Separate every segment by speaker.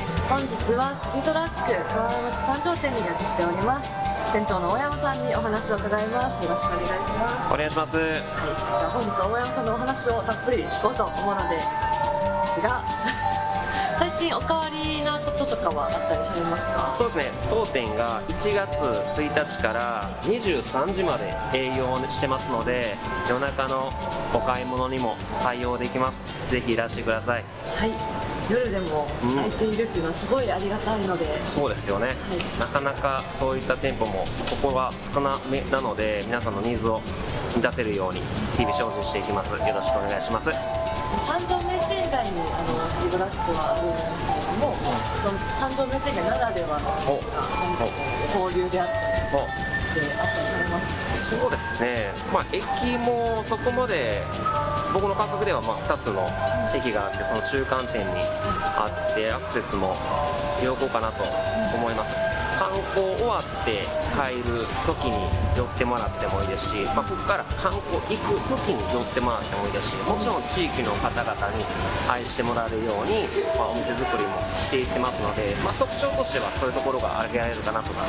Speaker 1: ツアースリートラック川口三条店にやってきております店長の大山さんにお話を伺いますよろしくお願いします
Speaker 2: お願いします
Speaker 1: はい、じゃあ本日は大山さんのお話をたっぷり聞こうと思うのでですが最近お変わりなこととかはあったりされますか
Speaker 2: そうですね当店が1月1日から23時まで営業をしてますので夜中のお買い物にも対応できますぜひいらしてください
Speaker 1: はい夜でも
Speaker 2: うん
Speaker 1: 空いているっていうのはすごいありがたいので、
Speaker 2: そうですよね、なかなかそういった店舗もここは少なめなので皆さんのニーズを満たせるように日々精進していきますよろしくお願いします
Speaker 1: 三条名店街にあのシーブラックはあるんですけれども、その三条名店街ならではの
Speaker 2: お
Speaker 1: なんか交流であったり
Speaker 2: お
Speaker 1: ってあったりされます
Speaker 2: そうですね、まあ、駅もそこまで僕の感覚ではまあ2つの駅があってその中間点にあってアクセスも良好かなと思います観光終わって帰る時に寄ってもらってもいいですし、まあ、ここから観光行く時に寄ってもらってもいいですしもちろん地域の方々に愛してもらえるように、まあ、お店作りもしていってますので、まあ、特徴としてはそういうところが挙げられるかなと思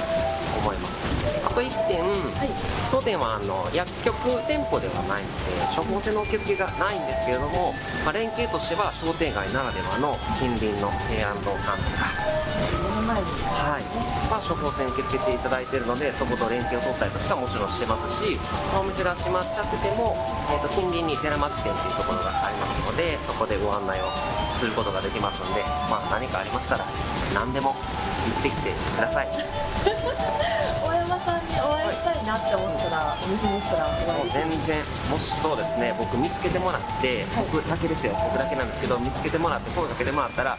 Speaker 2: いますあと1点、
Speaker 1: はい
Speaker 2: 当店はあの薬局店舗ではないので処方箋の受付がないんですけれども、まあ、連携としては商店街ならではの近隣の平安堂さんとか、
Speaker 1: 目の前に
Speaker 2: はいまあ、処方箋受け付けていただいているのでそこと連携を取ったりとかもちろんしてますし、まあお店が閉まっちゃってても、えー、と近隣に寺町店っていうところがありますのでそこでご案内をすることができますので、まあ、何かありましたら何でも言ってきてください。
Speaker 1: 大山さんにお会いしたいなって思ったら、お店に来たらお
Speaker 2: も
Speaker 1: 会
Speaker 2: う
Speaker 1: いできる
Speaker 2: 全然もしそうですね僕見つけてもらって、
Speaker 1: はい
Speaker 2: 僕だけですよ僕だけなんですけど見つけてもらって声かけてもらったら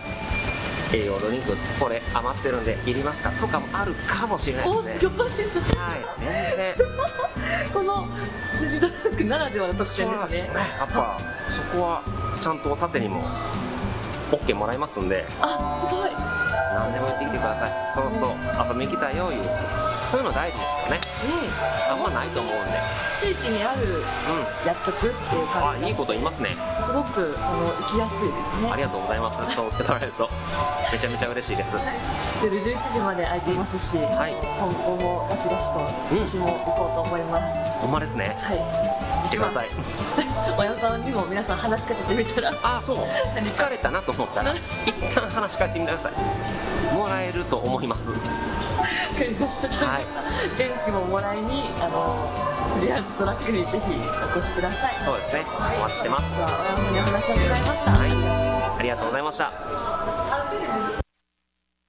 Speaker 2: 栄養ドリンクこれ余ってるんでいりますかとかもあるかもしれない
Speaker 1: お
Speaker 2: ですす
Speaker 1: ご
Speaker 2: ね
Speaker 1: いです
Speaker 2: はい全然
Speaker 1: この釣りドラッグならではの特
Speaker 2: そうな
Speaker 1: 典
Speaker 2: ん
Speaker 1: で
Speaker 2: ですす
Speaker 1: ね
Speaker 2: よねやっぱそこはちゃんと縦にも OK もらいますんで
Speaker 1: あすごい
Speaker 2: 何でも言ってきてくださいそうそう遊びに来たよいうそういうの大事ですよね
Speaker 1: う
Speaker 2: あんまないと思うんで
Speaker 1: ん地域にある
Speaker 2: う
Speaker 1: 薬局っていうん
Speaker 2: あ
Speaker 1: 感じがして
Speaker 2: いいこと言いますね
Speaker 1: すごくあの行きやすいですね
Speaker 2: ありがとうございますそう言ってもらえるとめちゃめちゃ嬉しいです
Speaker 1: 夜11時まで空いていますし、
Speaker 2: はい
Speaker 1: 今後もガシガシと
Speaker 2: うん
Speaker 1: 私も行こうと思います、
Speaker 2: ほんまですね。
Speaker 1: はい
Speaker 2: 来てください。
Speaker 1: 親御さんにも皆さん話しかけてみたら
Speaker 2: ああ、そう。
Speaker 1: 何か
Speaker 2: 疲れたなと思ったら、一旦話しかけてみてください。もらえると思います。
Speaker 1: 借りました
Speaker 2: はい
Speaker 1: 元気ももらいにあの釣り合うトラックにぜひお越しください
Speaker 2: そうですね。お待ちしてます。
Speaker 1: 本日は親御さんにお話を伺いました、
Speaker 2: はい。ありがとうございました。
Speaker 1: あ